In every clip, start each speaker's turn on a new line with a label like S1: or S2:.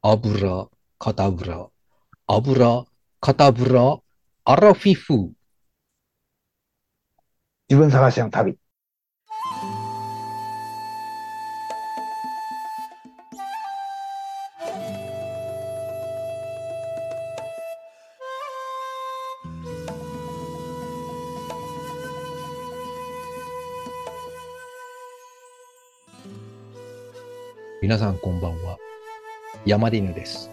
S1: 油、カタブラ、油、カタブラ、アラフィフ。
S2: 自分探しの旅。
S1: 皆さんこんばんは。山で犬です。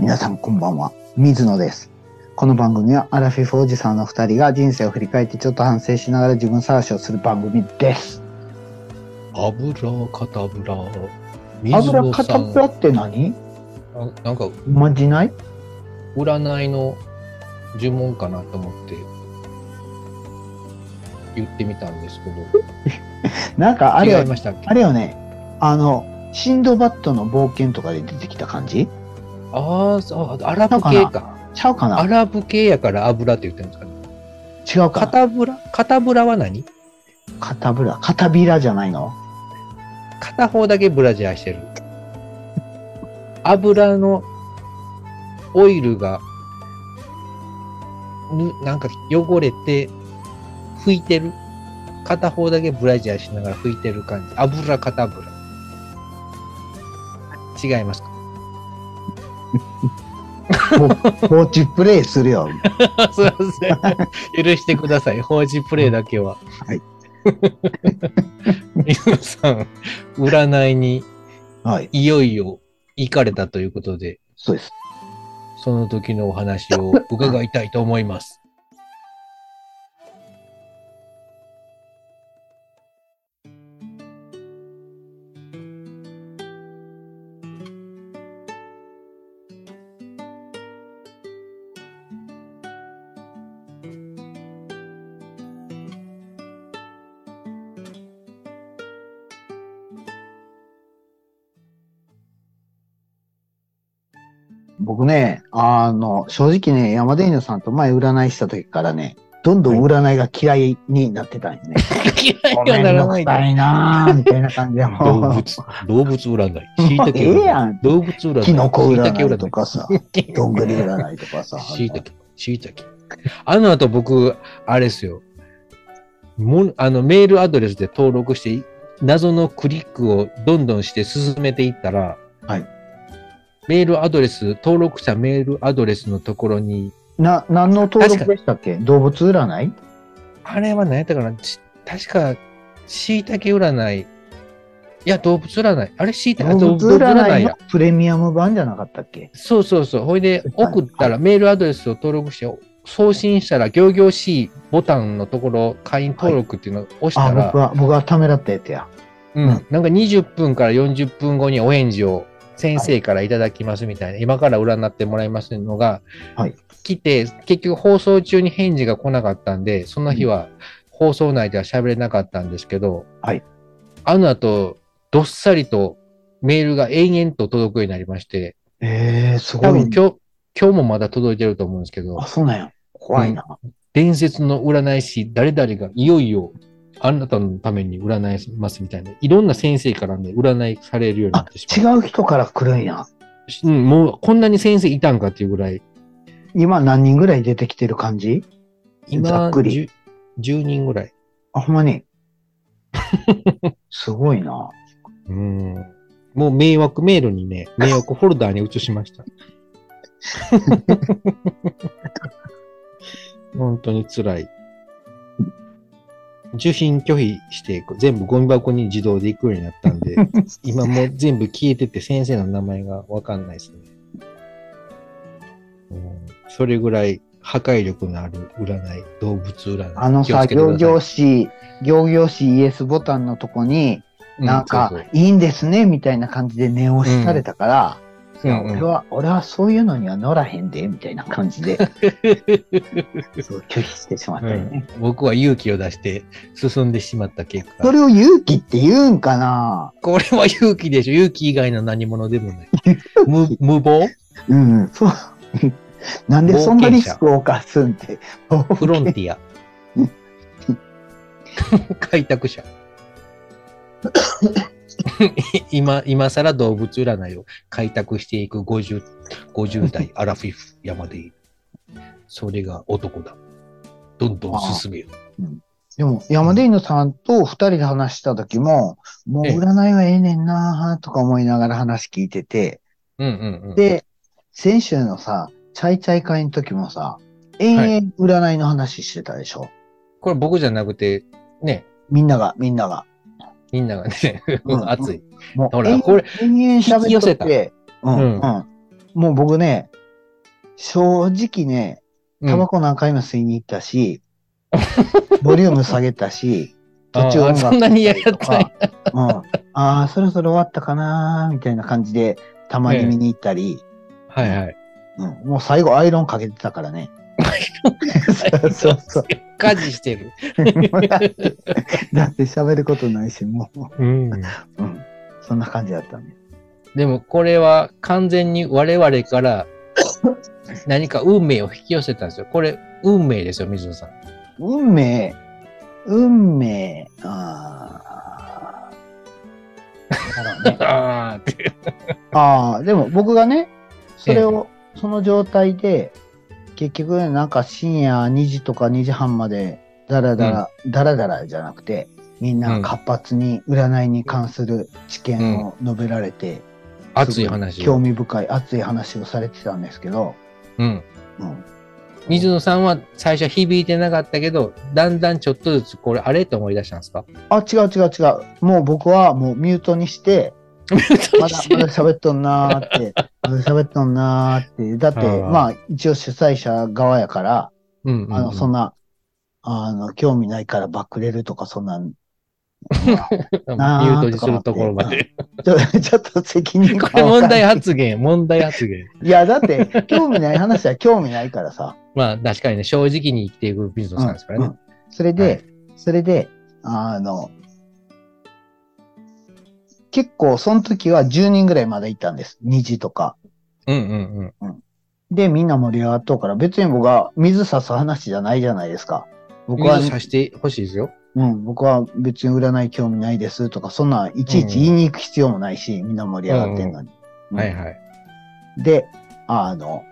S2: 皆さんこんばんは。水野です。この番組はアラフィフおじさんの二人が人生を振り返ってちょっと反省しながら自分探しをする番組です。
S1: 油、カタブラ、水
S2: 油
S1: 野
S2: カ
S1: さ
S2: タ
S1: ん
S2: プラって何
S1: ななんか
S2: おまじない
S1: 占いの呪文かなと思って言ってみたんですけど、
S2: なんかあれ
S1: 違い
S2: よ、
S1: ましたっけ
S2: あれよね。あの、シンドバッドの冒険とかで出てきた感じ
S1: ああ、そう、アラブ系か。
S2: ちゃうか
S1: ア
S2: な
S1: ラブ系やから油って言ってるんですかね。
S2: 違う
S1: カ
S2: かな
S1: タブラカタブラは何
S2: カタブラ、カタビラじゃないの
S1: 片方だけブラジャーしてる。油のオイルが、ぬなんか汚れて、拭いてる。片方だけブラジャーしながら拭いてる感じ。油片油。違いますか
S2: 放置プレイす るよ。
S1: すいません。許してください。放置プレイだけは。
S2: はい。
S1: 皆さん、占いに
S2: はい。
S1: いよいよ行かれたということで、
S2: そうです。
S1: その時のお話を伺いたいと思い ます。
S2: 僕ね、あの、正直ね、山田犬さんと前占いした時からね、どんどん占いが嫌いになってたんよね。
S1: 嫌い
S2: ごめんなさ
S1: で
S2: いなーみたいな感じで、
S1: 動
S2: も
S1: 物
S2: う、、
S1: 動物占い。しいたけ
S2: ええやん
S1: 動物占い。
S2: キノコ
S1: 椎
S2: 占い
S1: 茸
S2: とかさ、
S1: 占い。
S2: どんぐり占いとか さ、
S1: しいたけ、しいたけ。あの後僕、あれですよ。もあのメールアドレスで登録して、謎のクリックをどんどんして進めていったら、
S2: はい
S1: メールアドレス、登録したメールアドレスのところに、
S2: な、何の登
S1: 確
S2: 録
S1: か
S2: でしたっけ動物占い
S1: あれは何やったかなち確か、しいたけ占い。いや、動物占い。あれ、しいたけ、
S2: 動物占いの
S1: や。
S2: プレミアム版じゃなかったっけ
S1: そうそうそう。ほいで、送ったら、メールアドレスを登録して、送信したら、行々しいボタンのところ、会員登録っていうのを押した
S2: あ、
S1: ら、
S2: 僕は、僕はためらったやつや。
S1: うん、なんか20分から40分後にお返事を先生からいただきますみたいな、今から占ってもらいますのが、
S2: はい
S1: 来て、結局放送中に返事が来なかったんで、その日は放送内では喋れなかったんですけど、
S2: はい
S1: あの後、どっさりとメールが延々と届くようになりまして、
S2: ええー、すご
S1: 多
S2: い
S1: 分。今日、今日もまだ届いてると思うんですけど
S2: あ、、そうなんや。怖いな。
S1: 伝説の占い師、誰々がいよいよ、あなたのために占いますみたいな、いろんな先生からね、占いされるようにな
S2: あ
S1: ってし、
S2: 違
S1: まう。
S2: う人から来るんや。
S1: うん、もうこんなに先生いたんかっていうぐらい、
S2: 今何人ぐらい出てきてる感じざ
S1: 今
S2: っくり
S1: 10、10人ぐらい。
S2: あ、ほんまに。 すごいな。
S1: うん。もう迷惑メールにね、迷惑フォルダーに移しました。 本当に辛い。受信拒否して、全部ゴミ箱に自動で行くようになったん で、今もう全部消えてて先生の名前がわかんないですね、うん。それぐらい破壊力のある占い、動物占い。
S2: あのさ、
S1: 気を
S2: 行
S1: つけてください
S2: 々しい、行々しいイエスボタンのとこに、
S1: う
S2: なんか
S1: そうそう、
S2: いいんですね、みたいな感じで念押しされたから、
S1: うん
S2: いや
S1: うんうん
S2: 俺は、俺はそういうのには乗らへんで、みたいな感 じで、そう拒否してしまったよね。
S1: 僕は勇気を出して進んでしまった結
S2: そ
S1: 果。
S2: れを勇気って言うんかな
S1: これは勇気でしょ。勇気以外の何者でもない。 無無謀
S2: うんうん、 そう。なんでそんなリスクを犯すんって。
S1: フロンティア。 開拓者。 今、今更動物占いを開拓していく50、50代 アラフィフ山でいる。それが男だ。どんどん進める。
S2: でも、山出犬さんと二人で話した時も、もう
S1: ええ
S2: 占いはええねんなーとか思いながら話聞いてて、
S1: うんうんうん。
S2: で、先週のさ、チャイチャイ会の時もさ、延々占いの話してたでしょ、
S1: これ僕じゃなくて、ね、
S2: みんなが、みんなが。
S1: みんながね、
S2: うん
S1: 熱い。
S2: もう
S1: ほら
S2: 延々
S1: これ
S2: 延々
S1: 引き
S2: 喋
S1: 寄
S2: っと
S1: せ
S2: ったて、うん、
S1: う
S2: うんん、もう僕ね、正直ね、
S1: うん
S2: タバコ何回も吸いに行ったし、 ボリューム下げたし、途中
S1: あー
S2: 音楽
S1: そんなにやったんや
S2: うん、ああ、そろそろ終わったかなーみたいな感じで、たまに見に行ったり、
S1: はいはい。
S2: うん、もう最後アイロンかけてたからね。そう そうそう。
S1: 家事してる。
S2: だって喋ることないし、も
S1: うん。
S2: う、うん、そんな感じだったね。
S1: でもこれは完全に我々から何か運命を引き寄せたんですよ。これ運命ですよ、水野さん。
S2: 運命、運命、 あーだからね
S1: ああって。
S2: あー、でも僕がね、それを、その状態で、結局ねなんか深夜2時とか2時半まで、だらだら、だらだらじゃなくて、みんな活発に占いに関する知見を述べられて、
S1: 熱い
S2: すご
S1: 話。
S2: 興味深い熱い話をされてたんですけど、
S1: うん。
S2: うん、
S1: 水野さんは最初響いてなかったけど、だんだんちょっとずつこれあれと思い出したんですか
S2: あ、違う違う違う。もう僕はもうミュートにして、 まだまだ喋っとんなーって、まだ喋っとんなーって。だって、
S1: あー
S2: まあ、一応主催者側やから、
S1: うんうんうん
S2: あの、そんな、あの、興味ないからバックれるとか、そんな、 ま
S1: ミュートにするところまで。
S2: あちょちょっと責 任
S1: これ
S2: 感わか
S1: 問
S2: んない
S1: 題発言、問題発言。
S2: いや、だって、興味ない話は興味ないか らさ。
S1: まあ確かにね、正直に生きていく水野さんですから
S2: う
S1: ね。
S2: んそれで、
S1: はい
S2: それで、あの、結構、その時は10人ぐらいまで行ったんです。2時とか。
S1: うんうんうん。
S2: で、みんな盛り上がっとうから、別に僕は水差す話じゃないじゃないですか。僕
S1: 僕は
S2: は、
S1: さしてほしいですよ。
S2: うん、僕は別に占い興味ないですとか、そんなんいちいち言いに行く必要もないし、みんな盛り上がってんのに。うん
S1: はいはい。
S2: で、あの、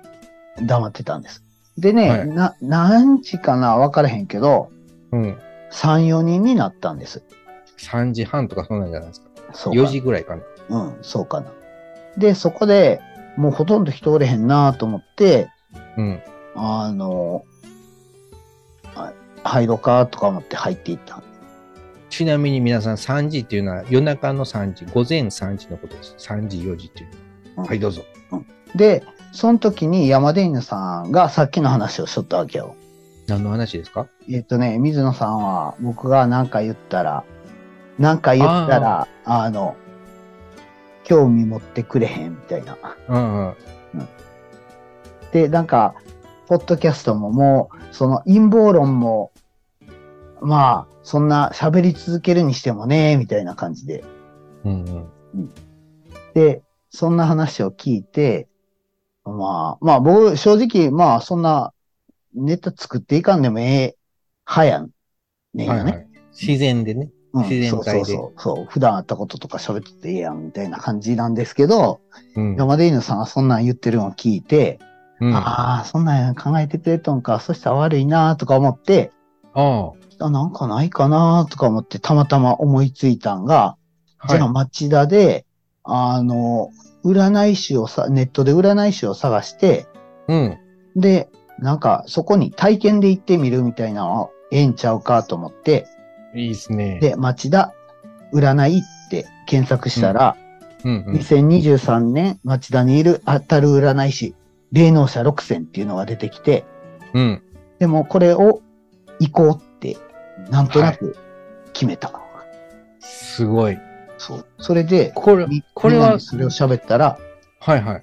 S2: 黙ってたんです。でね、
S1: はい
S2: な、何時かなわからへんけど、
S1: うん。
S2: 3、4人になったんです。
S1: 3時半とかそんなんじゃないですか。
S2: そうか
S1: 4
S2: な
S1: 時ぐらいかな。
S2: うん、そうかな。で、そこでもうほとんど人おれへんなと思って、
S1: うん。
S2: あの、あ入ろうかとか思って入っていった。
S1: ちなみに皆さん3時っていうのは夜中の3時、午前3時のことです。3時、4時っていうのは。はい、どうぞ。
S2: で、その時に山出犬さんがさっきの話をしとったわけよ。
S1: 何の話ですか
S2: えっとね、水野さんは僕が何か言ったら、何か言ったら、あの、興味持ってくれへんみたいな。
S1: うんうん。
S2: で、なんか、ポッドキャストももう、その陰謀論も、まあ、そんな喋り続けるにしてもね、みたいな感じで。
S1: うんうん。
S2: で、そんな話を聞いて、まあ、まあ僕、正直、まあそんなネタ作っていかんでもええ派やん。ねん
S1: はい
S2: よ
S1: は
S2: ね。
S1: い。自然でね。
S2: うん
S1: 自然体で
S2: そうそうそうそう。普段あったこととか喋っててええやんみたいな感じなんですけど、
S1: うん。
S2: 山出犬さんがそんなん言ってるのを聞いて、
S1: うん、あ
S2: ああ、そんなん考えてくれとんか、そしたら悪いなとか思って、
S1: あ。
S2: あなんかないかなとか思って、たまたま思いついたんが、
S1: は
S2: じ
S1: い
S2: ゃあ。町田で、あの、占い師をさ、ネットで占い師を探して、
S1: うん。
S2: で、なんかそこに体験で行ってみるみたいなのをええんちゃうかと思って、
S1: いいですね。
S2: で、町田占いって検索したら、
S1: うんうん。
S2: 2023年町田にいる当たる占い師、霊能者6選っていうのが出てきて、
S1: うん。
S2: でもこれを行こうって、なんとなく決めた。
S1: すごい。
S2: そう。それで、
S1: これ
S2: み、
S1: これ
S2: みんな
S1: は
S2: に、それを喋ったら、
S1: はいはい。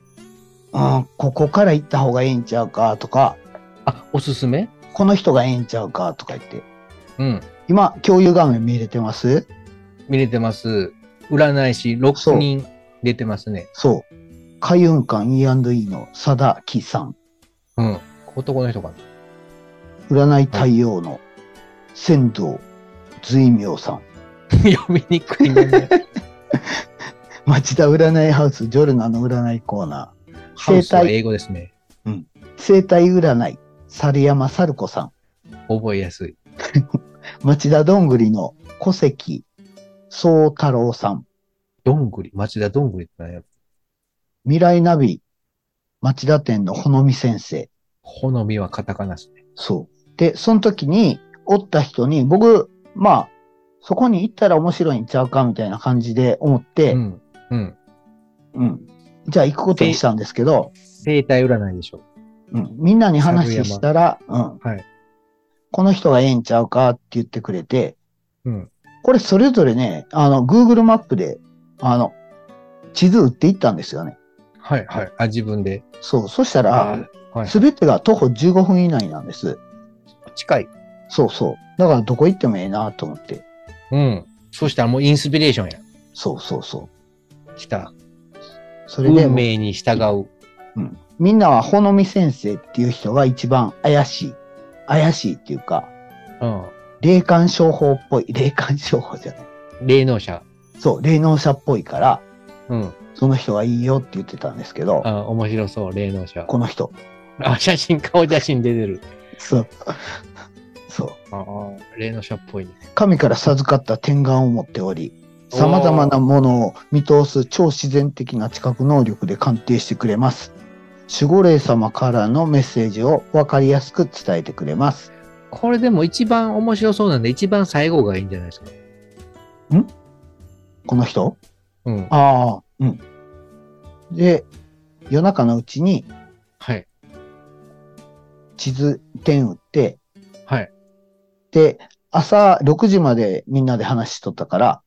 S2: うん、ここから行った方がええんちゃうかとか、
S1: あ、おすすめ
S2: この人がええんちゃうかとか言って。
S1: うん。
S2: 今、共有画面見れてます
S1: 見れてます。占い師
S2: そ
S1: 6
S2: う
S1: 人出てますね。
S2: そう。海運館 E&E の佐田木さん。
S1: うん。男の人 かな。
S2: 占い太陽の仙道随明さん。
S1: 読みにくいね。
S2: 町田占いハウス、ジョルナの占いコーナ
S1: ハウスは英語ですね。
S2: ー、生体占い、猿山猿子さん、
S1: 覚えやすい。
S2: 町田どんぐりの古関宗太郎さん、
S1: どんぐり、町田どんぐりって何や
S2: 未来ナビ、町田店のほのみ先生、
S1: 好みはカタカナですね。
S2: そう。で、その時に、おった人に、僕、まあ、そこに行ったら面白いんちゃうかみたいな感じで思って、
S1: う
S2: うん。
S1: ん。うん。
S2: じゃあ行くことにしたんですけど、
S1: 生体占いでしょ。
S2: うん、みんなに話したら、うん、
S1: はい。
S2: この人がええんちゃうかって言ってくれて、
S1: うん。
S2: これそれぞれね、あの、Google マップで、あの、地図売っていったんですよね。
S1: はい、はい。あ、自分で。
S2: そう。そしたら、
S1: あ、はい。
S2: すべてが徒歩15分以内なんです。
S1: 近い。
S2: そうそう。だからどこ行ってもええなと思って。
S1: うん。そしたらもうインスピレーションや。
S2: そうそうそう。
S1: 来た。
S2: それで、
S1: 運命に従う。
S2: みんなはほのみ先生っていう人が一番怪しい。怪しいっていうか、
S1: うん。
S2: 霊感商法っぽい。霊感商法じゃない。
S1: 霊能者。
S2: そう、霊能者っぽいから、
S1: うん。
S2: その人がいいよって言ってたんですけど、
S1: あ、面白そう、霊能者。
S2: この人。
S1: あ、写真、顔写真出てる。
S2: そう。 そう。
S1: ああ、霊能者っぽいね。
S2: 神から授かった天眼を持っており、様々なものを見通す超自然的な知覚能力で鑑定してくれます。守護霊様からのメッセージをわかりやすく伝えてくれます。
S1: これでも一番面白そうなんで、一番最後がいいんじゃないですか。
S2: この人
S1: うん。
S2: ああ、うん。で、夜中のうちに
S1: はい。
S2: 地図点打って、
S1: はい。
S2: で、朝6時までみんなで話しとったから、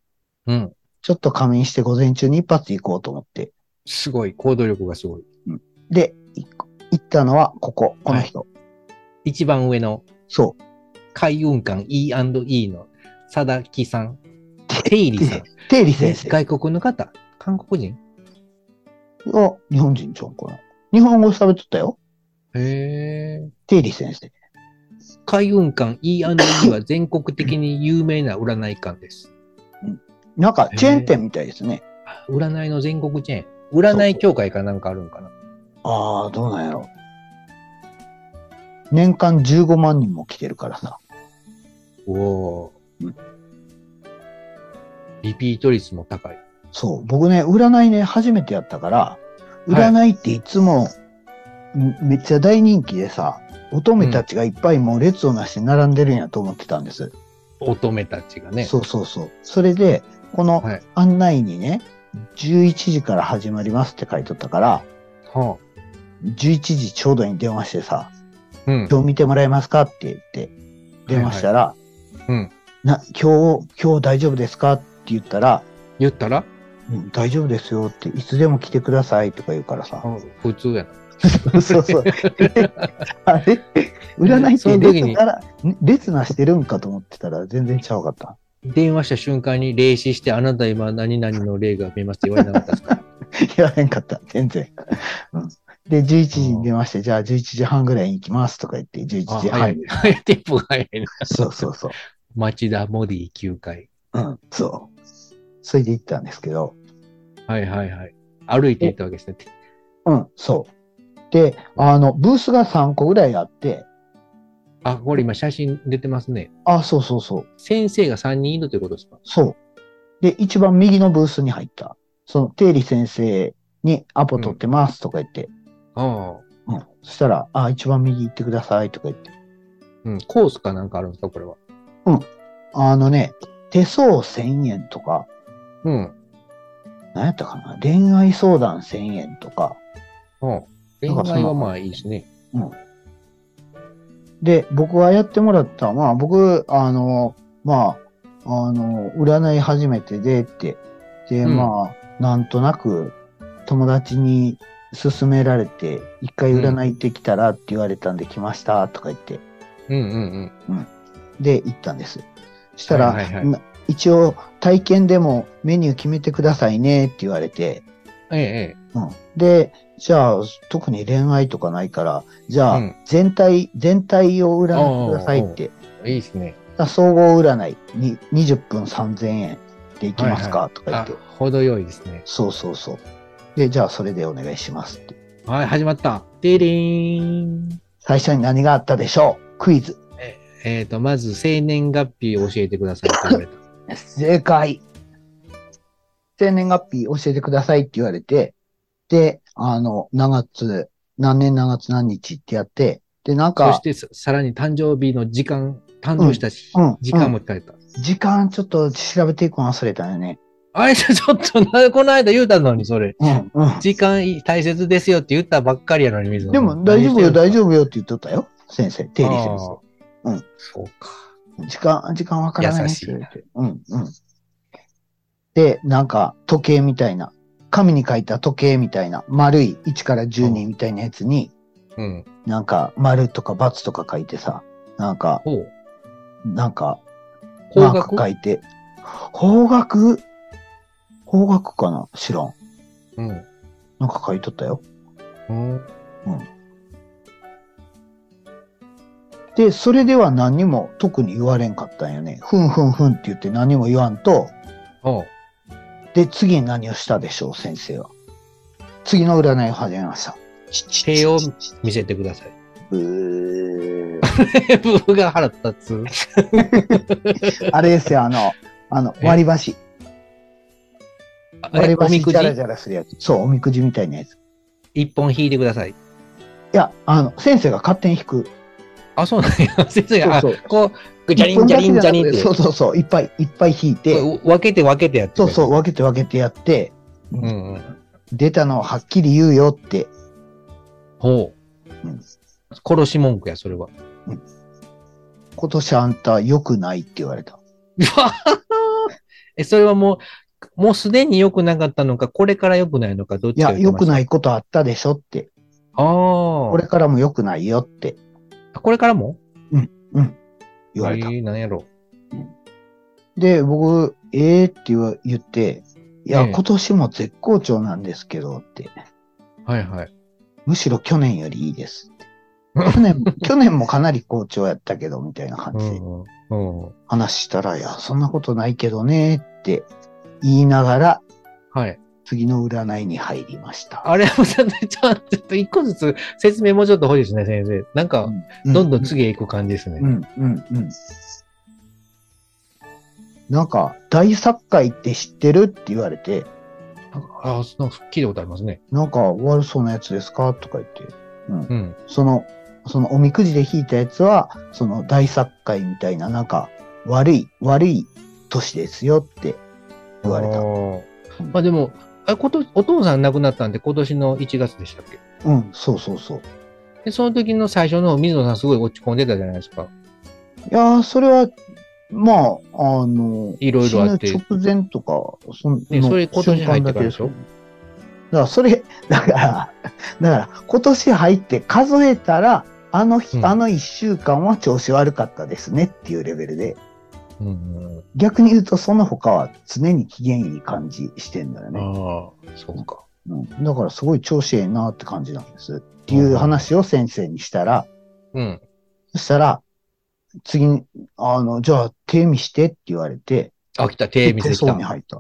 S1: うん。
S2: ちょっと仮眠して午前中に一発行こうと思って。
S1: すごい。行動力がすごい。
S2: で、い行ったのはここ、この人。
S1: 一番上の
S2: そう。
S1: 海運館 E&E の佐々木さん。テイリさん。
S2: テイリ 先生
S1: 外国の方。韓国人
S2: を日本人ちゃうかな。日本語喋っとったよ。
S1: へえ。
S2: テイリ先生。
S1: 海運館 E&E は全国的に有名な占い館です。
S2: なんかチェーン店みたいですね。
S1: 占いの全国チェーン。占い協会かなんかあるんかな。
S2: ああ、どうなんやろ。年間15万人も来てるからさ。
S1: おおー
S2: うん。
S1: リピート率も高い。
S2: そう、僕ね、占いね、初めてやったから、占いっていつも、んめっちゃ大人気でさ、乙女たちがいっぱいもう列をなして並んでるんやと思ってたんです。
S1: 乙女たちがね。
S2: そうそうそう。それで、この
S1: はい
S2: 案内にね、11時から始まりますって書いとったから、
S1: は
S2: 11時ちょうどに電話してさ、
S1: あ、うん。
S2: 今日見てもらえますかって言って、電話したら、
S1: うん。
S2: な今日、今日大丈夫ですかって言ったら、
S1: 言ったら
S2: うん、大丈夫ですよって、いつでも来てくださいとか言うからさ、
S1: あ普通やな。
S2: そ うそう。あれ占いっ
S1: その時
S2: て列
S1: に
S2: なら、ん列なしてるんかと思ってたら全然ちゃうかった。
S1: 電話した瞬間に霊視して、あなた今何々の霊が見えますって言われなかったですか
S2: 言わへんかった。全然。うんで、11時に電話して、じゃあ11時半ぐらいに行きますとか言って、11
S1: あ
S2: 時半。
S1: 早い。早い。 テンポが早いな。
S2: そうそうそう。
S1: 町田モディ9階。
S2: うん、そう。それで行ったんですけど、
S1: はいはいはい。歩いていったわけですね。
S2: うん、そう。で、あの、ブースが3個ぐらいあって、
S1: あ、これ今写真出てますね。
S2: あ、そうそうそう、
S1: 先生が3人いるということですか
S2: そう。で、一番右のブースに入った。その、定理先生にアポ取ってますとか言って、
S1: ああ。
S2: うん、そしたら、あ、一番右行ってくださいとか言って。
S1: うん。コースかなんかあるんですかこれは。
S2: あのね、手相1000円とか、
S1: うん。
S2: 何やったかな、恋愛相談1000円とか。
S1: うん。
S2: なんか
S1: 恋
S2: そんな
S1: 愛はまあいいですね。
S2: で、僕はやってもらった、まあ僕、あの、まあ、あの、占い初めてでって、で、
S1: うん
S2: まあ、なんとなく友達に勧められて、一回占い行ってきたらって言われたんで来ましたとか言って、
S1: うんうん
S2: で、行ったんです。したら、
S1: はいはいはい
S2: な一応体験でもメニュー決めてくださいねって言われて、
S1: うん。えええ
S2: うん、で、じゃあ、特に恋愛とかないから、じゃあ、
S1: うん
S2: 全体、全体を占ってくださいって、
S1: え。いいですね。
S2: あ総合占いに20分3000円、っていきますか、とか言っ
S1: あ
S2: て。、
S1: 程よいですね。
S2: そうそうそう。で、じゃあそれでお願いしますって。
S1: はい、始まった。てりーん。
S2: 最初に何があったでしょうクイズ。
S1: えっ、と、まず、生年月日を教えてくださいって言われた。
S2: 正解。生年月日教えてくださいって言われて、で、あの、何月、何年何月何日ってやって、で、なん
S1: そ
S2: か
S1: し、てさ、さらに誕生日の時間、誕生したし、
S2: うんうん
S1: 時間も聞かれた。
S2: 時間ちょっと調べていくの忘れたよね。
S1: あれ、ちょっとな、この間言うたのに、それ。
S2: うん、う
S1: 時間い大切ですよって言ったばっかりやのに、水野
S2: ん。で
S1: さん
S2: も、大丈夫よ、大
S1: 夫。
S2: 丈夫よって言っとったよ。先生、定理先生。
S1: あー
S2: うん
S1: そうか。
S2: 時間、時間わからない
S1: 優
S2: ねっ
S1: してい
S2: 言われて。うん、うん。で、なんか、時計みたいな、紙に書いた時計みたいな、丸い1から12みたいなやつに、
S1: うん。
S2: なんか、丸とか×とか書いてさ、なんか、
S1: ほう。
S2: なんか、マ
S1: 方
S2: ーク
S1: 角
S2: 書いて、方角方角かな知らん。
S1: うん。
S2: なんか書いとったよ。
S1: うん。
S2: で、それでは何にも特に言われんかったんよね。ふんふんふんって言って何も言わんと、
S1: ほう。
S2: で、次に何をしたでしょう、先生は。次の占いを始めました。
S1: 手を見せてください。
S2: うー
S1: 僕が腹立つ。
S2: あれですよ、あ の、あの、
S1: え
S2: 割り箸。
S1: あ
S2: 割り
S1: おみ
S2: 箸
S1: くじ
S2: ジャラジャラするやつ。そう、おみくじみたいなやつ。い
S1: 一本引いてください。
S2: や、あの、先生が勝手に引く。
S1: あ、そうなんや。先生が、あ
S2: そうそう
S1: こう、ぐちゃりんじゃりんじゃりんって。
S2: そうそうそう、いっぱいいっぱい引いて、
S1: こう分けて分けてやって
S2: そう
S1: る
S2: そう、分けて分けてやって、
S1: うんうん。
S2: 出たのをはっきり言うよって。
S1: ほう。
S2: うん
S1: 殺し文句や、それは。
S2: 今年あんた良くないって言われた。
S1: え、それはもう、もうすでに良くなかったのか、これから良くないのか、どっ
S2: い
S1: ち
S2: や、
S1: か
S2: 良く
S1: い。
S2: ないことあったでしょって。
S1: ああ。
S2: こ
S1: こ
S2: れ
S1: れ
S2: からも良くないよって
S1: これからも
S2: 言われた。
S1: えー、なんやろ。
S2: で、僕、ええー、って言わ言って、いや、
S1: ええ
S2: 今年も絶好調なんですけどって。
S1: はいはい。
S2: むしろ去年よりいいですって。去年、 去年もかなり好調やったけど、みたいな感
S1: う
S2: じで
S1: んうん。うん。
S2: 話したら、いや、そんなことないけどねって言いながら、
S1: はい。
S2: 次の占いに入りました。
S1: あれもちょっと、ちょっと一個ずつ説明もうちょっと欲しいですね、先生。なんか、
S2: う
S1: どんどん次へ行く感じですね。
S2: うんうんうん。なんか、大殺界って知ってるって言われて、
S1: なんかああ、そんな聞いたことありますね。
S2: なんか悪そうなやつですかとか言って、
S1: うん。
S2: その、そのおみくじで引いたやつは、その大殺界みたいな、なんか、悪い、悪い年ですよって言われ
S1: あ
S2: た。
S1: ーまあでも、あことお父さん亡くなったんで今年の1月でしたっけ
S2: うん、そうそうそう。
S1: で、その時の最初の水野さんすごい落ち込んでたじゃないですか。
S2: いやー、それは、まあ、あの、
S1: いろいろあって
S2: 死ぬ直前とか、その、
S1: ねそれ今年入ってから
S2: 瞬間だけ
S1: でしょ
S2: すだから、それ、 だから、だから、今年入って数えたら、あの日、
S1: うん
S2: あの一週間は調子悪かったですねっていうレベルで、
S1: うんうんうん。
S2: 逆に言うと、その他は常に機嫌いい感じしてんだよね。
S1: ああ、そうか。
S2: うん、だから、すごい調子ええなって感じなんです。っていう話を先生にしたら、
S1: うん。
S2: そしたら、次に、あの、じゃあ、手見してって言われて、
S1: あ、来た、手見せてき
S2: 手
S1: た。
S2: 相に
S1: はい
S2: 入った。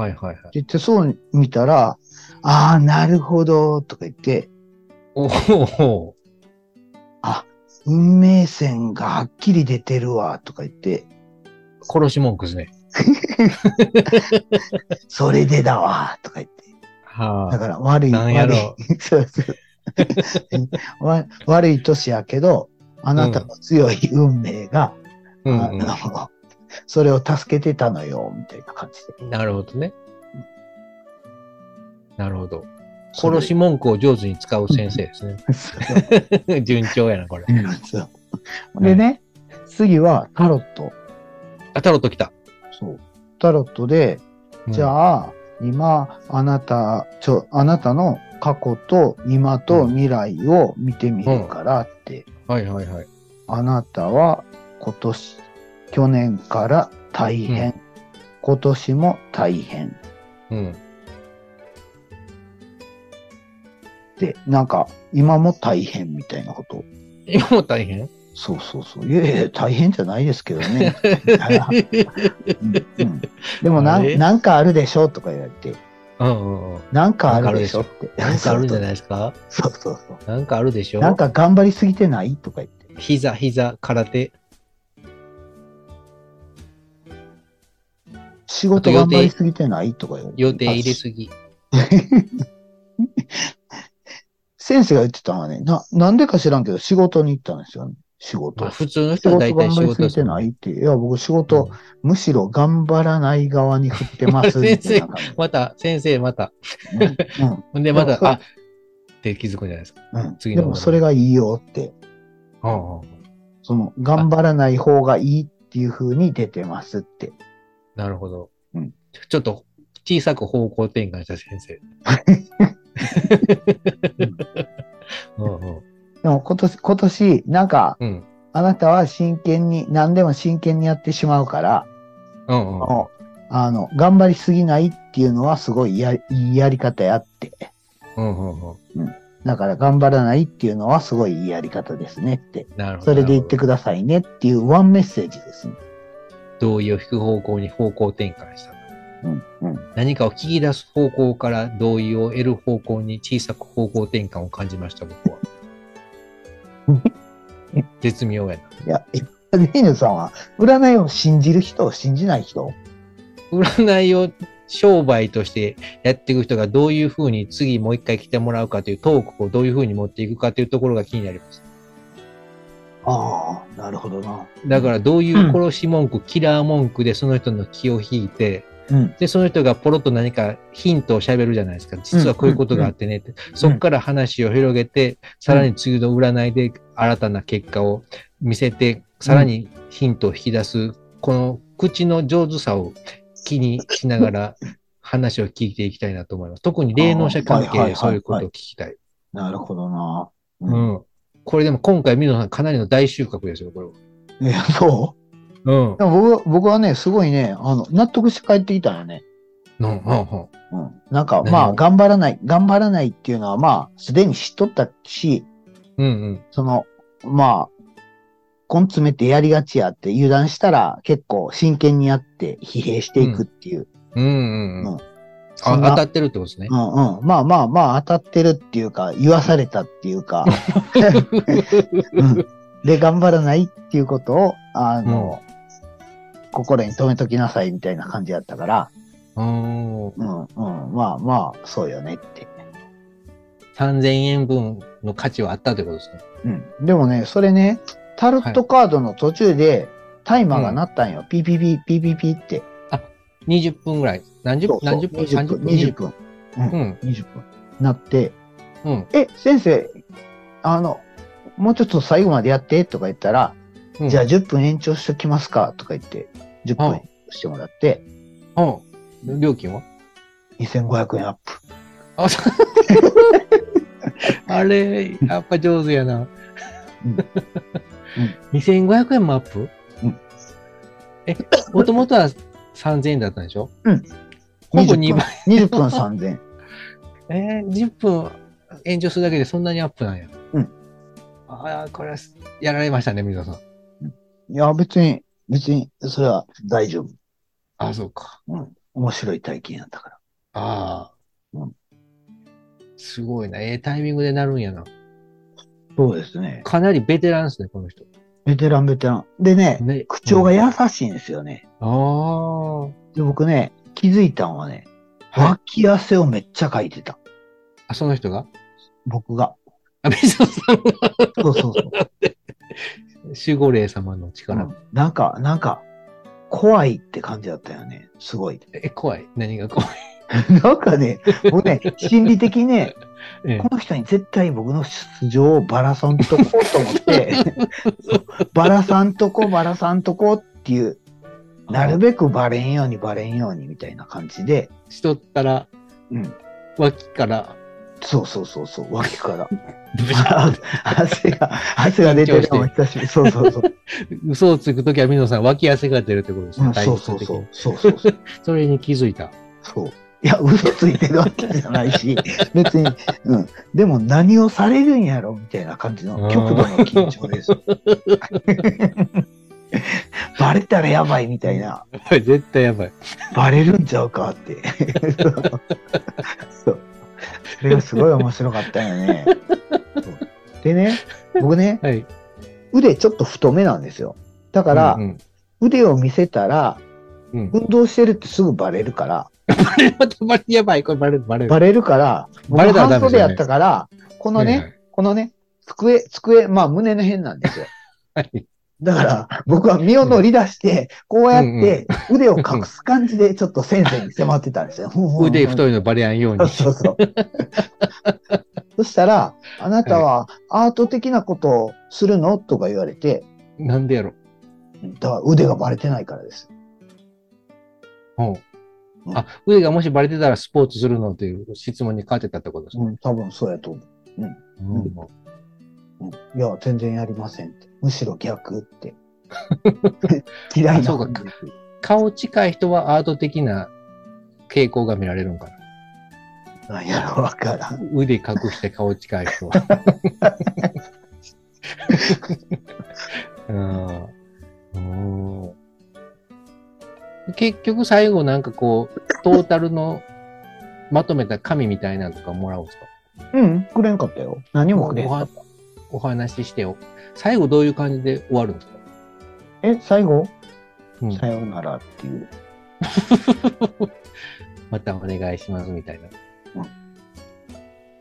S1: はいはい。
S2: で、手相に見たら、ああ、なるほど、とか言って、
S1: おお。
S2: あ、運命線がはっきり出てるわ、とか言って、
S1: 殺し文句ですね。
S2: それでだわ、とか言って。
S1: は
S2: だから、悪い、
S1: なんやろ
S2: 悪いそうそうわ 悪い年やけど、あなたの強い運命が、
S1: う
S2: あ
S1: ん、
S2: のそれを助けてたのよ、みたいな感じで。
S1: うん。なるほどね。なるほど。
S2: それ
S1: 殺し文句を上手に使う先生ですね。順調やな、これ。
S2: そうでね、次はタロット。
S1: あ、タロット来た。
S2: そう。タロットで、じ
S1: あ。
S2: ゃあ、今、あなた、ちょ、あなたの過去と今と未来を見てみるからって、
S1: はいはいはい。
S2: あなたは今年、去年から大変、
S1: う
S2: 今年も大変
S1: うん。
S2: で、なんか、今も大変みたいなこと。
S1: 今も大変
S2: そうそうそう。いやいや、大変じゃないですけど ね。みたいなうんうんでもな
S1: あれ
S2: ん、なんかあるでしょとか言われて、
S1: うんうんうん。
S2: なんかあるでしょって。
S1: なんかあるんじゃない
S2: い
S1: ですか
S2: そうそうそう。
S1: なんかあるでしょ
S2: なんか頑張りすぎてないとか言って。
S1: 膝、膝、空手。
S2: 仕事頑張りすぎてないとか言われて。
S1: 予定入れすぎ。
S2: 先生が言ってたのはね、な、なんでか知らんけど、仕事に行ったんですよね。仕事。
S1: まあ、普通の
S2: 仕
S1: 人は
S2: 事
S1: 大体
S2: 頑
S1: 仕
S2: 張り
S1: 事
S2: すぎてないって。いや、僕仕事、むしろ頑張らない側に振って ます。
S1: 先生
S2: みたいな感じ
S1: また、先生、また。
S2: うん
S1: ほんで、ま
S2: でもそ
S1: た、
S2: う
S1: あって気づくんじゃないですか。
S2: うん。うん。
S1: 次
S2: で
S1: の
S2: もそれがいいよって、
S1: うんうん
S2: その、頑張らない方がいいっていう風に出てます って。
S1: なるほど
S2: うん。
S1: ちょっと、小さく方向転換した先生。うんうん
S2: でも今年、今年、なんか、
S1: うん
S2: あなたは真剣に、何でも真剣にやってしまうから、
S1: うんうん
S2: もうあの、頑張りすぎないっていうのはすごいやいいやり方やって。
S1: うんうんうん
S2: だから頑張らないっていうのはすごいいいやり方ですねって。
S1: なるほど。
S2: それで言って
S1: なる
S2: くださいねっていうワンメッセージですね。
S1: ほど同意を引く方向に方向転換した。
S2: うんうん。
S1: 何かを聞き出す方向から同意を得る方向に小さく方向転換を感じました、僕は。 絶妙やな。
S2: いや、えデニールさんは占いを信じる人を信じない人
S1: 占いを商売としてやっていく人がどういうふうに次もう一回来てもらうかというトークをどういうふうに持っていくかというところが気になります。
S2: ああ、なるほどな。
S1: だからどういう殺し文句、キラー文句でその人の気を引いて、
S2: うん。
S1: で、その人がポロッと何かヒントを喋るじゃないですか。実はこういうことがあってねって。そっから話を広げて、さらに次の占いで新たな結果を見せて、さらにヒントを引き出す、この口の上手さを気にしながら話を聞いていきたいなと思います。特に霊能者関
S2: あーはいは
S1: 係
S2: いはい
S1: でそういうことを聞きたい。
S2: なるほどな。
S1: う。ん。これでも今回、水野さんかなりの大収穫ですよ、これは。
S2: え、そ
S1: うん
S2: う。でも僕は僕はね、すごいね、あの、納得して帰ってきたよね。
S1: うん。うん。
S2: うん。なんか、まあ、
S1: 何
S2: 頑張らない、頑張らないっていうのは、まあ、すでに知っとったし、
S1: うん。うん。
S2: その、まあ、根詰めてやりがちやって油断したら結構真剣にやって疲弊していくっていう。
S1: うん。うん。
S2: う
S1: うんん。
S2: そんな
S1: あ当たってるってことですね
S2: う。んうん。まあまあまあ当たってるっていうか、言わされたっていうか、うんで、頑張らないっていうことを、あの、心に留めときなさいみたいな感じやったから、
S1: うん。
S2: うんうん。まあまあ、そうよねって。
S1: 3000円分の価値はあったということですね。
S2: うん。でもね、それね、タロットカードの途中で、タイマーが鳴ったんよ。ピーピーピーピーピーピーって。
S1: 20分ぐらい。何十
S2: そう
S1: 分
S2: そう
S1: 何十分 ?30
S2: 20
S1: 分
S2: 20分。
S1: 20分
S2: 20分なって、
S1: うん。うん。
S2: え、先生、あの、もうちょっと最後までやってとか言ったら、
S1: うん
S2: じゃあ、10分延長しときますかとか言って、10分
S1: うん
S2: 延長してもらって、
S1: うん。料金は
S2: 2500円アップ。
S1: あ、 そうあれ、やっぱ上手やな。
S2: うんうん
S1: 2500円もアップ
S2: うん
S1: え、もともとは3000円だったんでしょ
S2: うん。
S1: ほぼ2倍。
S2: 20分 ,20 分3000円。
S1: えー、10分延長するだけでそんなにアップなんや。
S2: うん。
S1: ああ、これはやられましたね、水田さん。
S2: いや、別に、別に、それは大丈夫。
S1: あ、そうか。
S2: うん。面白い体験やったから。
S1: ああ、
S2: うん
S1: すごいな。ええタイミングでなるんやな。
S2: そうですね。
S1: かなりベテランですね、この人。
S2: ベテランベテラン。でね、
S1: ね、
S2: 口調が
S1: うん
S2: 優しいんですよね。
S1: あ
S2: で、僕ね、気づいたのはね、
S1: あ、はい。
S2: 脇汗をめっちゃかいてた。
S1: あ、その人が
S2: 僕が。
S1: あ、水野さんが
S2: そうそうそう。
S1: 守護霊様の 力。
S2: うんなんか、なんか、怖いって感じだったよね。すごい。
S1: え、怖い。何が怖い。
S2: なんかね、僕ね、心理的にね、
S1: ええ
S2: この人に絶対僕の出場をバラさんとこうと思 って、そうバラさんとこう、バラさんとこうっていう、なるべくバレんように、バレんようにみたいな感じで、
S1: しとったら、
S2: うん。
S1: 脇から、
S2: そうそうそうそう、脇から。汗が、汗が出てるのも久しぶり。そうそうそう。
S1: 嘘をつくときは水野さん、脇汗が出るってことです
S2: う
S1: ね。
S2: ん、そう
S1: 体
S2: そ
S1: 質
S2: う
S1: 的
S2: そ
S1: に
S2: う。そうそうそう。
S1: それに気づいた。
S2: そう。いや、嘘ついてるわけじゃない し、別に、うん。でも何をされるんやろみたいな感じの極度の緊張です。 バレたらやばいみたいな。
S1: 絶対やばい。
S2: バレるんちゃうかって。 そうそう。それがすごい面白かったよね。そうでね、僕ね、
S1: はい。
S2: 腕ちょっと太めなんですよ。だから、
S1: うんうん
S2: 腕を見せたら、
S1: うん
S2: 運動してるってすぐバレるから、
S1: これ またバレやばい。これバレる、バレる。
S2: バレるから、
S1: バレたら
S2: 半
S1: ダメ
S2: 袖
S1: じゃ
S2: や
S1: ない
S2: ったから、このね、このね、机、机、まあ胸の辺なん ですよ。
S1: はいはい。
S2: だから、僕は身を乗り出して、こうやって腕を隠す感じで、ちょっと先生に迫ってたんですよ。
S1: 腕
S2: い。
S1: 太いのバレやんように。
S2: そうそう。 そしたら、あなたはアート的なことをするのとか言われて、
S1: なんでやろ。
S2: だから腕がバレてないからです。
S1: うんあ、腕がもしバレてたらスポーツするのという質問に変わってたってことですね。
S2: うん、多分そうやと思ん
S1: うん
S2: う。うん、いや、全然やりませんって。むしろ逆 って。嫌いな
S1: そうか
S2: 感じです
S1: 顔近い人はアート的な傾向が見られるんかな。
S2: なんやろ、わからん。
S1: 腕隠して顔近い 人は。うんうん結局最後なんかこう、トータルのまとめた紙みたいなのとかもらうんですか
S2: うん、くれんかったよ。何もくれん
S1: お
S2: か
S1: は
S2: った。
S1: お話ししてよ。最後どういう感じで終わるんですか、
S2: え、最後、
S1: うん
S2: さようならっていう。
S1: またお願いしますみたいな。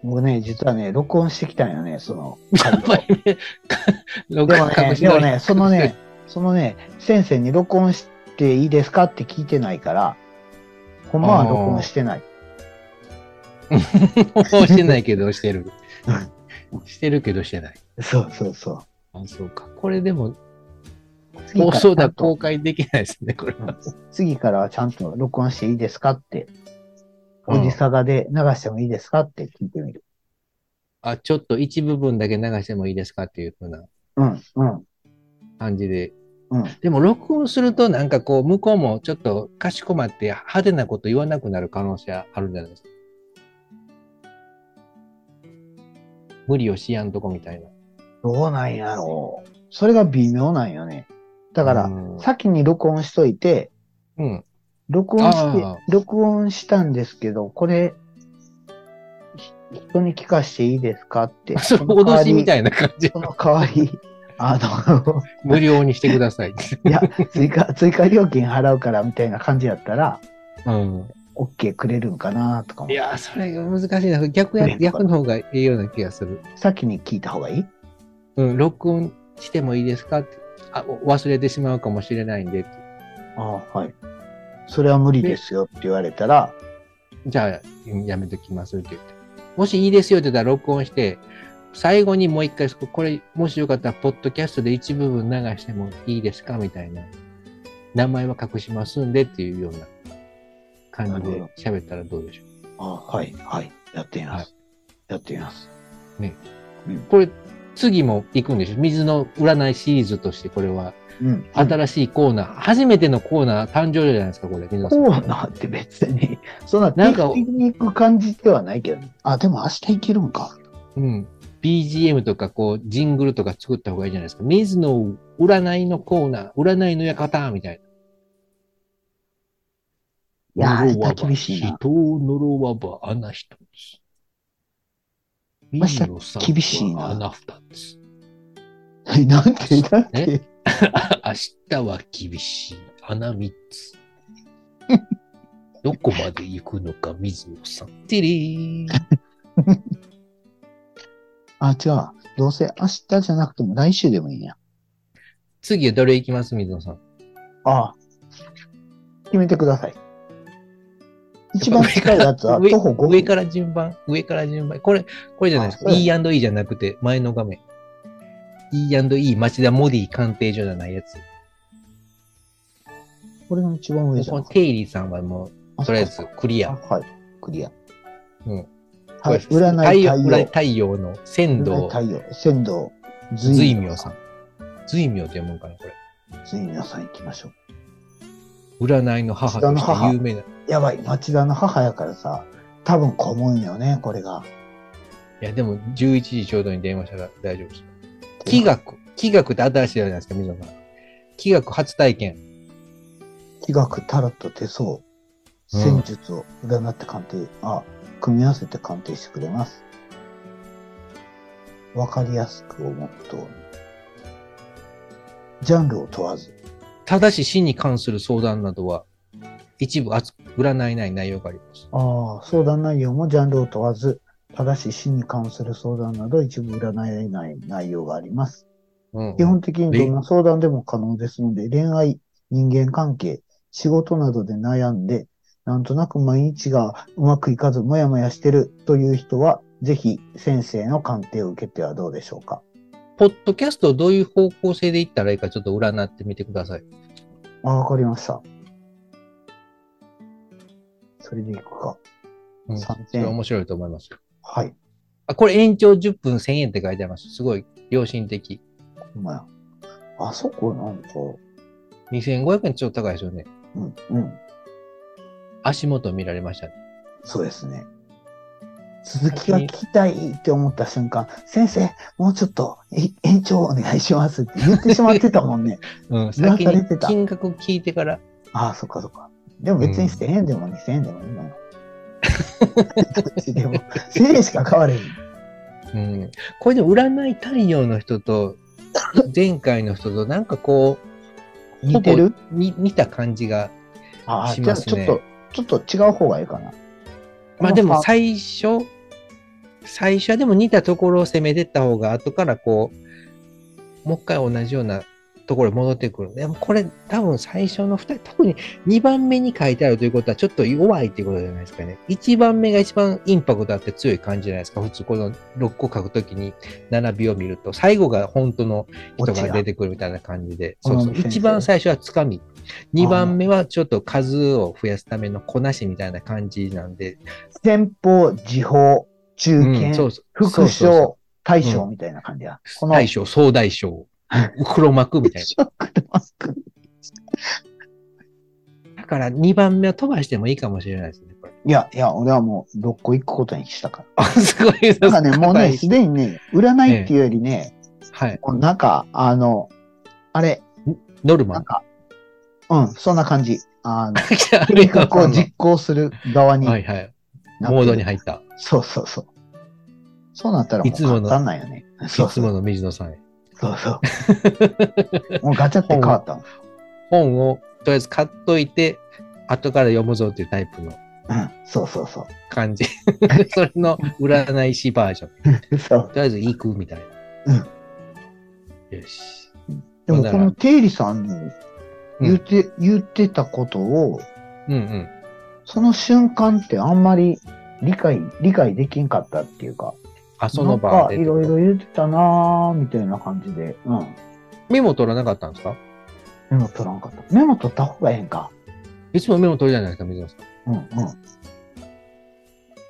S2: 僕ね、実はね、録音してきたんよね、その。
S1: やっぱりね、録
S2: でも
S1: 画
S2: ね、
S1: 隠し
S2: で
S1: 撮
S2: も
S1: り
S2: ね、そのね、、そのね、先生に録音していいですかって聞いてないから、ほんまは録音してない。
S1: もうしてないけどしてる
S2: うん。
S1: してるけどしてない。
S2: そうそうそう。
S1: あ、そうか。これでも、
S2: 次
S1: 放
S2: から
S1: 送だ、
S2: ちゃん
S1: 公開できないですね、これは。
S2: と次からはちゃんと録音していいですかって、
S1: うん
S2: おじさがで流してもいいですかって聞いてみる。
S1: あ、ちょっと一部分だけ流してもいいですかっていうふうな
S2: うん、うん、
S1: 感じで。
S2: うん。
S1: でも、録音すると、なんかこう、向こうもちょっとかしこまって派手なこと言わなくなる可能性あるんじゃないですか。無理をしやんとこみたいな。
S2: どうなんやろう。それが微妙なんよね。だから、
S1: うん
S2: 先に録音しといて、
S1: うん。
S2: 録音し
S1: あ
S2: て、録音したんですけど、これ、ひ人に聞かしていいですかって。
S1: そう、脅しみた
S2: い
S1: いな感じ。
S2: その代わり、 あの、
S1: 無料にしてください。
S2: いや、追加、追加料金払うからみたいな感じやったら、
S1: うん。
S2: OK くれるんかなとかも
S1: い、やー、それが難しいな。逆
S2: ね
S1: や、逆の方がいいような気がする。
S2: 先に聞いた方がいい
S1: うん、録音してもいいですかって。あ、お忘れてしまうかもしれないんで。
S2: ああはい。それは無理ですよって言われたら、
S1: じゃあ、うんやめときますって言って。もしいいですよって言ったら録音して、最後にもう一回、これ、もしよかったら、ポッドキャストで一部分流してもいいですかみたいな。名前は隠しますんでっていうような感じで喋ったらどうでしょう。
S2: ああはい、はい、やってみます。
S1: はい
S2: やってみます。
S1: これ、次も行くんでしょ水の占いシリーズとして、これは。
S2: うん。
S1: 新しいコーナー、初めてのコーナー誕生日じゃないですか、これ、皆さん。
S2: コーナーって別に、そんな
S1: な
S2: 定
S1: ん
S2: 期
S1: か
S2: 的に行く感じではないけどね。あ、でも明日行けるんか。
S1: うん。BGM とか、こう、ジングルとか作った方がいいじゃないですか。水の占いのコーナー、占いの館みたい
S2: いや
S1: な。
S2: ー、
S1: 呪わば
S2: 明日厳しいな。
S1: 人を呪わば穴一つ。
S2: 明日
S1: 民をさば
S2: 厳しいな
S1: 穴二つ。
S2: なんて、なんて。
S1: 明日は厳しい。穴三 つ。どこまで行くのか、水野さん。てれーん。
S2: あ、違うわ。どうせ明日じゃなくても来週でもいいんや。
S1: 次はどれ行きます、水野さん。
S2: ああ。決めてください。一番近いやつは
S1: 上
S2: 徒歩5
S1: 上
S2: 分。
S1: から順番、上から順番。これ、これじゃないですか。
S2: あそう
S1: E&E じゃなくて、前の画面。E&E 町田モディ鑑定所じゃないやつ。
S2: これの一番上じゃ
S1: この
S2: ん。
S1: テイリーさんはもう、とりあえずクリ
S2: あ
S1: ア。
S2: はい。クリア。
S1: うん。
S2: はい。
S1: これ
S2: 占い太陽。
S1: 占い太陽の仙
S2: 占い
S1: 道
S2: 太陽。仙道。
S1: 随明さん。。随明って読むんかな、これ。
S2: 随明さん行きましょう。
S1: 占いの母と
S2: 下の
S1: して
S2: 母
S1: 有名な。
S2: やばい、町田の母やからさ、多分こむんよね、これが。
S1: いや、でも11時ちょうどに電話したら大丈夫です。気学。気学って新しいじゃないですか、水野さん。気学初体験。
S2: 気学、タロット、手相、戦術を占って鑑定、あ、組み合わせて鑑定してくれます。わかりやすく思ったように。ジャンルを問わず。
S1: ただし死に関する相談などは、一部あつ占いない内容があります。
S2: ああ、相談内容もジャンルを問わず、ただし死に関する相談など一部占えない内容があります。
S1: うん、
S2: 基本的にどんな相談でも可能ですので、恋愛、人間関係、仕事などで悩んで、なんとなく毎日がうまくいかず、もやもやしてるという人は、ぜひ先生の鑑定を受けてはどうでしょうか。
S1: ポッドキャストをどういう方向性でいったらいいかちょっと占ってみてください。
S2: あ、わかりました。それでいくか。
S1: うん、そ
S2: 参戦
S1: れ面白いと思います。
S2: はい。
S1: あ、これ延長10分1000円って書いてあります。すごい良心的。
S2: ほんまや。あそこなんか、
S1: 2500円ちょっと高いですよね。
S2: うん、うん。
S1: 足元見られましたね。
S2: そうですね。続きが聞きたいって思った瞬間、先生、もうちょっとえ延長お願いしますって言ってしまってたも んね。
S1: うん、
S2: され
S1: 先
S2: てた
S1: に金額聞いてから。
S2: ああ、そっかそっか。でも別に1000円でも2000円でもいいのよ。 どっちでも。1000円しか変われへん。
S1: うん、これでも占い太陽の人と、 前回の人となんかこう、
S2: 似てる
S1: ほぼに似た感じが。
S2: ああ、
S1: し
S2: じ
S1: ま
S2: ゃあ
S1: す
S2: ちょ
S1: ね
S2: っと、ちょっと違う方がいいかな。
S1: まあでも
S2: この
S1: 最初、最初はでも似たところを攻めてった方が、後からこう、もう一回同じようなところに戻ってくる。でもこれ多分最初の2人、特に2番目に書いてあるということはちょっと弱いっていうことじゃないですかね。1番目が一番インパクトあって強い感じじゃないですか。普通この6個書くときに並びを見ると、最後が本当の人が出てくるみたいな感じで。
S2: オ
S1: そ
S2: チ
S1: う
S2: が
S1: そう。
S2: 好み先生
S1: 一番最初はつかみ。2番目はちょっと数を増やすためのこなしみたいな感じなんで、
S2: 先方、時報、中堅、
S1: うんそうそう
S2: 副
S1: そうそうそ
S2: 将、大将みたいな感じや。この
S1: 大将、総大将、 黒幕みたい
S2: ショックとマスク
S1: な。だから2番目は飛ばしてもいいかもしれないですね。これ
S2: いや、いや、俺はもう6個行くことにしたか
S1: あ、
S2: ら。
S1: すごいです。
S2: なんかね、 もう
S1: 硬
S2: ね、
S1: い
S2: すでにね、占いっていうよりね、
S1: はい。
S2: もうなんか、あの、あれ、
S1: ノル マ
S2: なん
S1: ン。
S2: か、うん、そんな感じ。 あの、
S1: 来た
S2: 計画を実行する側にな
S1: は
S2: って
S1: いはい。
S2: る
S1: モードに入った。
S2: そうそうそう。そうなったらもう
S1: いつもの
S2: 簡単なんよね。
S1: い
S2: そう
S1: つ
S2: そ
S1: も
S2: う。
S1: の水野さんへ。
S2: そう そう。もうガチャって変わったの。
S1: 本をとりあえず買っといて、後から読むぞっていうタイプの
S2: うん、そうそうそ
S1: 感 じ。それの占い師バージョン。
S2: う。そう。
S1: とりあえず行くみたいな。よし。
S2: でも
S1: だ
S2: こ
S1: から
S2: の定理さんに言って、言ってたことを、
S1: うんうん。
S2: その瞬間ってあんまり理解、理解できんかったっていうか、
S1: あ、その
S2: なん
S1: 場
S2: か
S1: で。
S2: いろいろ言ってたなーみたいな感じで、うん。
S1: メモ取らなかったんですか
S2: メモ取らんかった。メモ取った方がええんか。
S1: いつもメモ取るじゃないですか、水野さん。
S2: うんうん。そ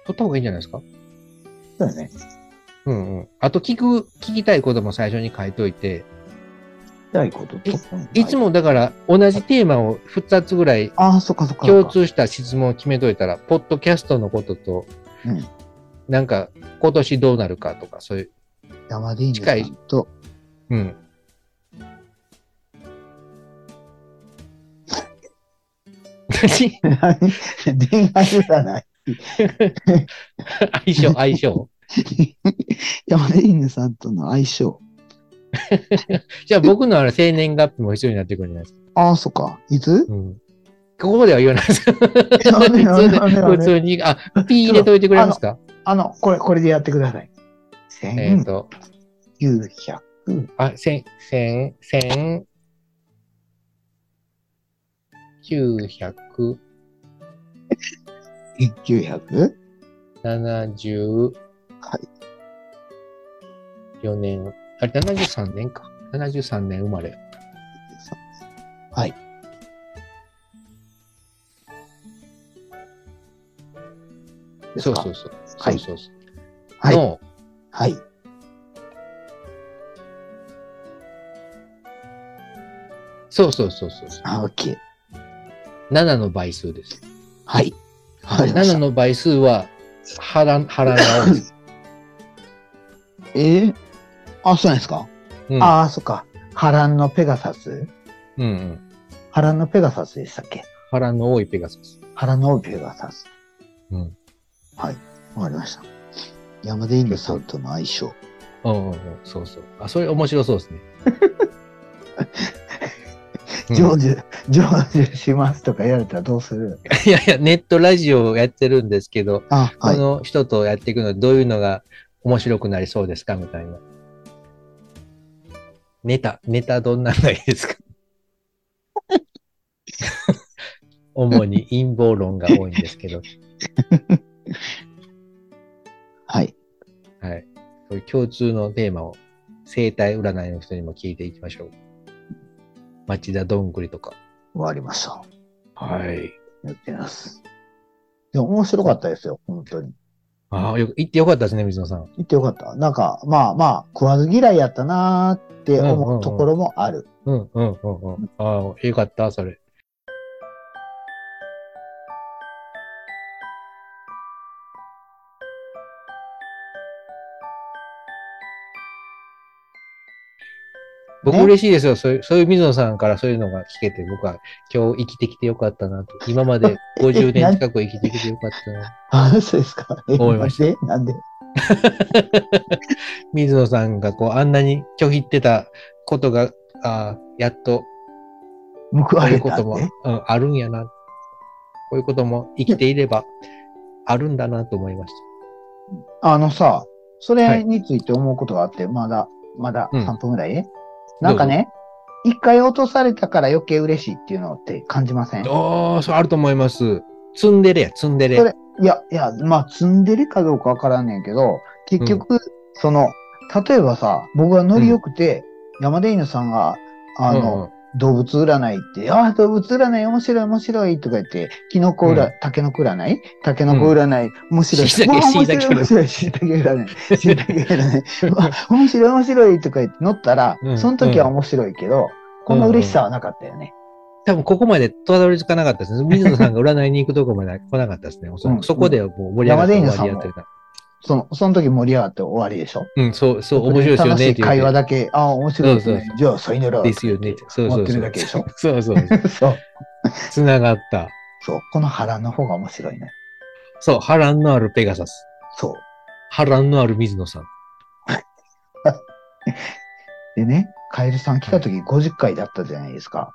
S1: 取った方がいいんじゃないですか
S2: うだよね。
S1: うんうん。あと聞く、聞きたいことも最初に書いといて、
S2: 痛いことと。
S1: いつ。もだから同じテーマを2つぐらい
S2: ああ、そっかそっかそっ
S1: 共
S2: か。
S1: 通した質問を決めといたら、ポッドキャストのことと、
S2: うん。
S1: なんか今年どうなるかとか、そういう、
S2: 山でいいんです
S1: 近い
S2: と。
S1: うん。何
S2: 恋 愛占い。
S1: 相性、相性。
S2: 山田犬さんとの相性。
S1: じゃあ僕のあの生年月日も必要になってくるんじゃないですか。
S2: ああ、そっか。いつ
S1: うん。ここでは言わないです。普
S2: やめろやめろやめ
S1: 通に、普
S2: ろ
S1: 通に、あ、ピー入れといてくれますか
S2: あの、これ、これでやってください。
S1: えっと、
S2: 1900。
S1: あ、千、千、千、九百
S2: 1900?
S1: 七十
S2: はい。
S1: 四年、あれ、七十三年か。七十三年生まれ。
S2: はい。
S1: そうそうそう。そ
S2: はいう
S1: そうそう。
S2: はい
S1: の、
S2: はい。
S1: そうそうそうそう。
S2: あ、OK。
S1: 七の倍数です。
S2: はい。わかりまし
S1: 7
S2: た。
S1: の倍数は、波乱、波乱が多い です。
S2: えーあ、そうなんですか、
S1: うん、
S2: ああ、そっか。波乱のペガサス
S1: うんうん。
S2: 波乱のペガサスでしたっけ
S1: 波乱の多いペガサス。
S2: 波乱のペガサス。
S1: うん。
S2: はい。わかりました。山田インドさんとの相性。
S1: うんうんうん、そうそう。あ、それ面白そうです ね。うん
S2: 成就、成就しますとか言われたらどうする
S1: いやいや、ネットラジオをやってるんですけど、
S2: あ、は
S1: こ
S2: い。
S1: の人とやっていくのはどういうのが面白くなりそうですかみたいな。ネタ、ネタどんなんがいいですか 主に陰謀論が多いんですけど、
S2: はい。
S1: はい。そういう共通のテーマを生体占いの人にも聞いていきましょう。町田どんぐりとか。
S2: 終わりました。
S1: はい。
S2: やってます。でも面白かったですよ、本当に。
S1: ああ、よく、行ってよかったですね、水野さん。
S2: 言ってよかった。なんか、まあまあ、食わず嫌いやったなーって
S1: うんうん
S2: 思
S1: うん
S2: うところもある。
S1: うんうんうんうん。ああ、よかった、それ。僕
S2: ね
S1: 嬉しいですよ。そういう、そういう水野さんからそういうのが聞けて、僕は今日生きてきてよかったなと。今まで50年近く生きてきてよかったな。
S2: あ、そうですか。え
S1: 思いました
S2: なんで
S1: 水野さんがこう、あんなに拒否ってたことが、ああ、やっと
S2: なんで報
S1: こ
S2: わ
S1: ういう
S2: れ
S1: こ
S2: た
S1: と
S2: ん
S1: も、
S2: で
S1: うん、あるんやな。こういうことも生きていれば、あるんだなと思いまし
S2: あのさ、そ
S1: は
S2: れ
S1: い
S2: について思うことがあって、まだ、まだ
S1: うん
S2: 3分ぐらい、なんかね、一回落とされたから余計嬉しいっていうのって感じません
S1: た。ああ、そうあると思います。ツンデレや、ツンデレ。
S2: それいや、いや、まあ、積んでるかどうかわからんねんけど、結局、その、例えばさ、僕がノリ良くて、山田犬さんが、あの、
S1: うんうん
S2: 動物占いって、ああ、動物占い面白い面白いとか言って、キノコ
S1: う
S2: 占
S1: ん
S2: い、タケノコ占いタケノコ占い、面白い。
S1: 椎茸
S2: わあ面白い
S1: 椎茸占い
S2: 面白い、椎茸占い、椎茸占い、わあ面白い面白いとか言って乗ったら
S1: う、ん
S2: その時は面白いけど、こんな嬉しさはなかったよね。
S1: 多分ここまでたどり着かなかったですね。水野さんが占いに行くとこまで 来なかったですね。おそら
S2: うん
S1: くそこではもう盛り上がって終わりやってるか
S2: その、その時盛り上がって終わりでしょ。
S1: ら。うん、そう、そう、面白いですよ
S2: 楽し
S1: ね。
S2: い会話だけ、ああ、面白いです
S1: そう
S2: ね
S1: そ。
S2: じゃあ、そういうのだ
S1: ですよね。そう
S2: 思
S1: そ
S2: っ
S1: う
S2: て
S1: そ
S2: る
S1: う
S2: だけでしょ。。
S1: そうそう。
S2: そう。
S1: つながった。
S2: そう。この波乱の方が面白いね。
S1: そう、波乱のあるペガサス。
S2: そう。
S1: 波乱のある水野さん。
S2: でね、カエルさん来た時50回だったじゃないですか。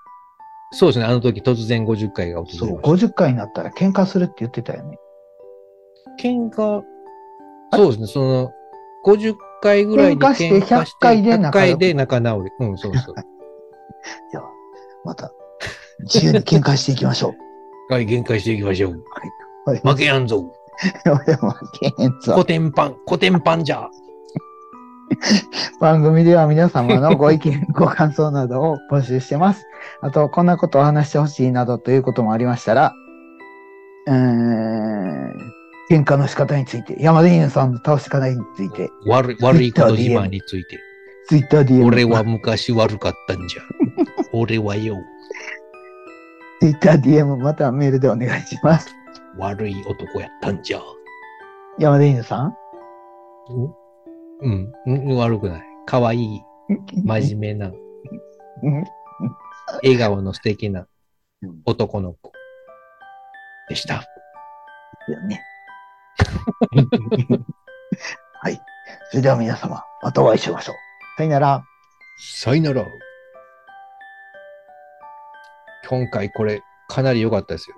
S1: そうですね。あの時突然50回が訪れました
S2: そう、。50回になったら喧嘩するって言ってたよね。
S1: 喧嘩、そうですね、その、50回ぐらいで
S2: 喧嘩して100回で仲良
S1: 100回
S2: く
S1: で仲直り。うん、そう そう。
S2: では、また、自由に喧嘩していきましょう。
S1: はい、限界していきましょう。
S2: はい
S1: 負けやんぞ。
S2: 俺は負けへん
S1: 古
S2: ぞ。
S1: 典パン、古典パンじゃ。
S2: 番組では皆様のご意見、ご感想などを募集して ます。あと、こんなことを話してほしいなどということもありましたら、うーん、喧嘩の仕方について、山田犬さんの倒し方に ついて、
S1: 悪い、悪いこと自慢について。
S2: ツイッター DM、
S1: 俺は昔悪かった んじゃ。俺はよ、
S2: ツイッター DM またはメールでお願いします。
S1: 悪い男やったんじゃ。
S2: 山田犬さん
S1: うん、うん、悪くない。可愛い、真面目な、
S2: 面
S1: 笑顔の素敵な
S2: うん
S1: 男の子でした。
S2: だよね。 はい。それでは皆様、またお会いしましょう。さよなら。
S1: さよなら。今回これ、かなり良かったですよ。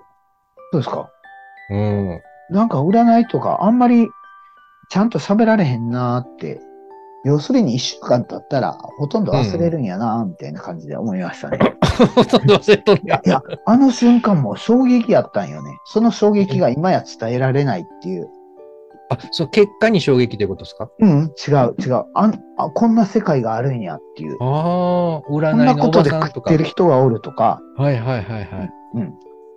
S2: どうですか
S1: うん。
S2: なんか占いとかあんまりちゃんと喋られへんなーって。要するに一週間経ったらほとんど忘れるんやなーみたいな感じで思いましたね。
S1: ほとんど忘れとんねや
S2: いや、あの瞬間も衝撃やったんよね。その衝撃が今や伝えられないっていう。
S1: あ、そう、結果に衝撃ということですか
S2: うん、違う、違う。あんあ、こんな世界があるんやっていう。
S1: ああ、占
S2: こ
S1: い
S2: んな
S1: の
S2: こ
S1: お
S2: と
S1: ば
S2: で
S1: さん
S2: 食
S1: と
S2: っ
S1: か。
S2: てる人がおるとか、
S1: はいはいはいはい。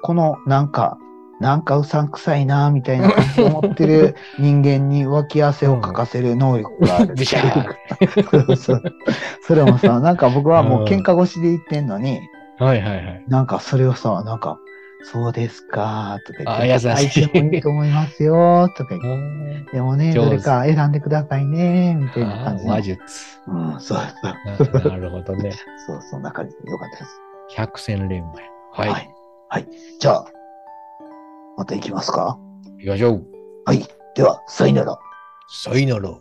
S2: このなんか、なんかうさんくさいな、みたいな感じを持っ てる人間に脇汗をかかせる能力がある。
S1: ビ シャー
S2: そうそうそれもさ、なんか僕はもう喧嘩越しで言ってんのに、
S1: はいはいはい。
S2: なんかそれをさ、なんか、そうですか、とか言って。
S1: あ優しい
S2: 相手もいいと思いますよ、とか言っ
S1: あ
S2: て。
S1: ー
S2: でもね、
S1: 上手
S2: どれか選んでくださいね、みたいな
S1: あ
S2: 感じ
S1: ー、
S2: の。
S1: 魔術。
S2: うん、そうそう。
S1: ななるほどね。
S2: そう、そんな感じでよかったです。
S1: 百戦錬磨や。はい。
S2: はい。はいじゃあ、また行きますか
S1: 行きましょう。
S2: はい。では、さよなら。
S1: さよなら。